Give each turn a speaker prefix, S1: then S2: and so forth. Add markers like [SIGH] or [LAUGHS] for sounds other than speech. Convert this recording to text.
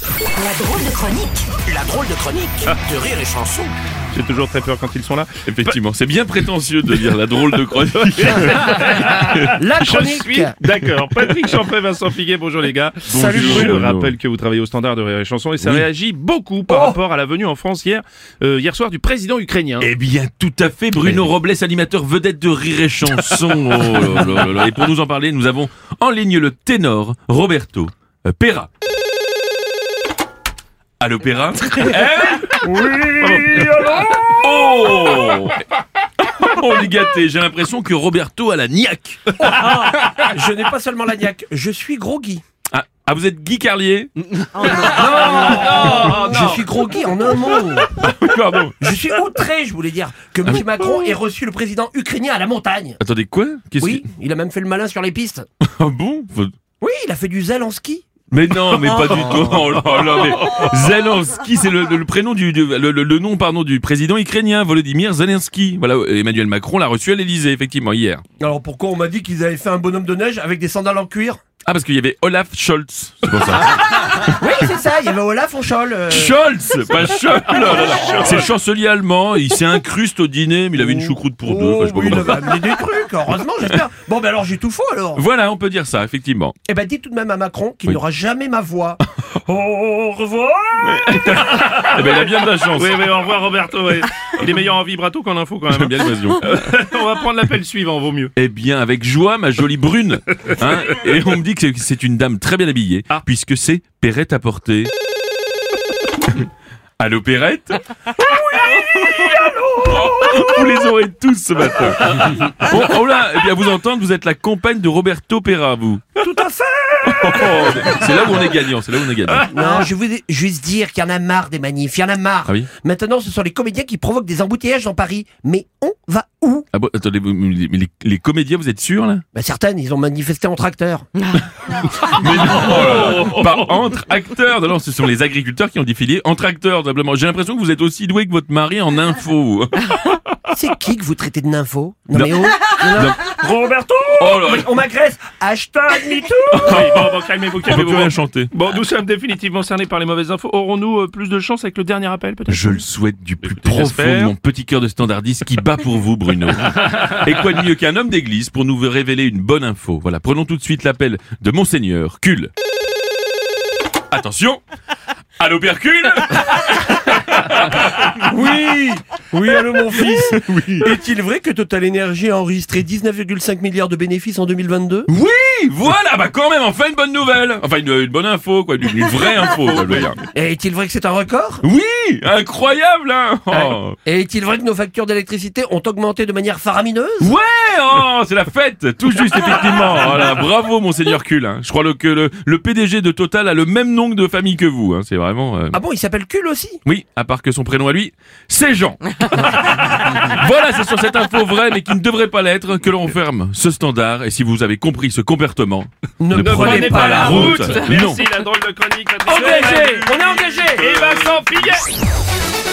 S1: drôle de chronique.
S2: La drôle de chronique
S3: Ah.
S2: de Rire et Chanson.
S4: J'ai toujours très peur quand ils sont là. Effectivement, c'est bien prétentieux de dire la drôle de chronique.
S3: La
S2: Ah.
S4: Je
S3: chronique
S4: suis d'accord. Patrick Champré, Vincent Figuet, bonjour les gars.
S3: Salut,
S4: Je
S3: Bruno.
S4: rappelle que vous travaillez au standard de Rire et Chanson et ça
S2: Oui.
S4: réagit beaucoup
S3: Oh.
S4: par rapport à la venue en France hier, euh, hier soir du président ukrainien.
S2: Eh bien, [LAUGHS] tout à fait. Bruno Robles, animateur vedette de Rire et Chanson. Oh là là là là. Et pour nous en parler, nous avons en ligne le ténor Roberto euh, Perra. Allô, Perra Oh [LAUGHS] On est gâté. J'ai l'impression que Roberto a la niaque.
S3: Je n'ai pas seulement la niaque, je suis groggy.
S2: Ah, ah, vous êtes Guy Carlier
S3: Je suis groggy en un mot.
S4: Pardon.
S3: Je suis outré, je voulais dire,
S2: Ah
S3: que M. Macron ait reçu le président ukrainien à la montagne.
S2: Attendez, quoi Qu'est-ce
S3: Oui, il a même fait le malin sur les pistes.
S2: qui- Ah bon Faut-
S3: Oui, il a fait du zèle en ski.
S2: Mais non, mais pas du tout. Oh là là, mais Zelensky, c'est le, le prénom du, du- le, le- le nom pardon du président ukrainien Volodymyr Zelensky. Voilà, euh, Emmanuel Macron l'a reçu à l'Elysée effectivement hier.
S3: Alors pourquoi on m'a dit qu'ils avaient fait un bonhomme de neige avec des sandales en cuir
S2: Ah parce qu'il y avait Olaf Scholz. C'est pour ça.
S3: Oui, c'est ça, il y avait Olaf en chol. euh,
S2: Scholz, pas Scholz. Oh là là. C'est le chancelier allemand. Il s'est incruste au dîner, mais il avait une choucroute pour deux.
S3: Oh,
S2: Enfin, je sais pas
S3: oui, il
S2: comment-
S3: avait amené des trucs, heureusement, j'espère. Bon, ben alors j'ai tout faux alors.
S2: Voilà, on peut dire ça effectivement.
S3: Eh ben, dis tout de même à Macron qu'il
S2: Oui.
S3: n'aura jamais ma voix. [LAUGHS] Au revoir
S2: Eh ben, il a bien de la chance.
S4: Oui, oui, au revoir Roberto. ouais. Il est meilleur en vibrato qu'en info quand
S2: J'aime
S4: même.
S2: [LAUGHS] bien l'évasion.
S4: On va prendre l'appel suivant, vaut mieux.
S2: Eh bien, avec joie, ma jolie brune. Hein Et on me dit que c'est- c'est une dame très bien habillée,
S3: Ah.
S2: puisque c'est Perrette à porter. [LAUGHS] Allô, Perrette Oui, allô Vous les aurez tous ce matin. Bon, oh là, eh bien, vous entendre, vous êtes la compagne de Roberto Perra, vous.
S3: Tout à fait
S2: Oh, c'est là où on est gagnant, c'est là où on est gagnant.
S3: Non, je voulais juste dire qu'il y en a marre des manifs, il y en a marre.
S2: Ah oui
S3: Maintenant, ce sont les comédiens qui provoquent des embouteillages dans Paris. Mais on va où
S2: Ah bon, attendez, vous- mais les, les comédiens, vous êtes sûrs, là
S3: bah, Certaines, ils ont manifesté en [LAUGHS] tracteur.
S2: Mais non oh là là. [LAUGHS] Par entre acteurs Non, non, ce sont les agriculteurs qui ont défilé entre acteurs, simplement. J'ai l'impression que vous êtes aussi doué que votre mari en info.
S3: C'est qui que vous traitez de nympho Non,
S2: Non.
S3: mais [LAUGHS] oh non, non. Roberto
S2: Oh là là.
S3: On m'agresse Hashtag MeToo
S4: Oui, bon, bon, calmez-vous,
S2: Oh. On peut plus rien
S4: calmez-vous.
S2: chanter.
S4: Bon, nous sommes définitivement cernés par les mauvaises infos. Aurons-nous euh, plus de chance avec le dernier appel, peut-être
S2: Je le souhaite du plus
S4: Écoutez,
S2: profond de
S4: j'espère.
S2: mon petit cœur de standardiste qui bat pour vous, [LAUGHS] Bruno. Et quoi de mieux qu'un homme d'église pour nous révéler une bonne info Voilà, prenons tout de suite l'appel de Monseigneur Cul. Attention Allô, Percule
S3: [LAUGHS] Oui Oui, allô mon [LAUGHS] fils Est-il vrai que Total Energy a enregistré 19,5 milliards de bénéfices en 2022
S2: Oui Voilà, bah quand même, enfin une bonne nouvelle Enfin, une, une bonne info, quoi, une, une vraie info, je veux dire.
S3: Et est-il vrai que c'est un record
S2: Oui Incroyable, hein Oh.
S3: Et est-il vrai que nos factures d'électricité ont augmenté de manière faramineuse
S2: Ouais, oh, c'est la fête, tout juste effectivement. Voilà, bravo monseigneur Cul. hein. Je crois le- que le, le PDG de Total a le même nom de famille que vous. hein. C'est vraiment. euh,
S3: Ah bon, il s'appelle Cul aussi
S2: Oui, à part que son prénom à lui, c'est Jean. voilà, c'est sur cette info vraie mais qui ne devrait pas l'être que l'on ferme ce standard. Et si vous avez compris ce comportement,
S3: Ne,
S2: prenez pas la route. Non.
S4: Merci, la drôle de chronique. Patrick
S3: Engagé
S4: Lhermitte.
S3: On est engagé
S4: Et Vincent Figuet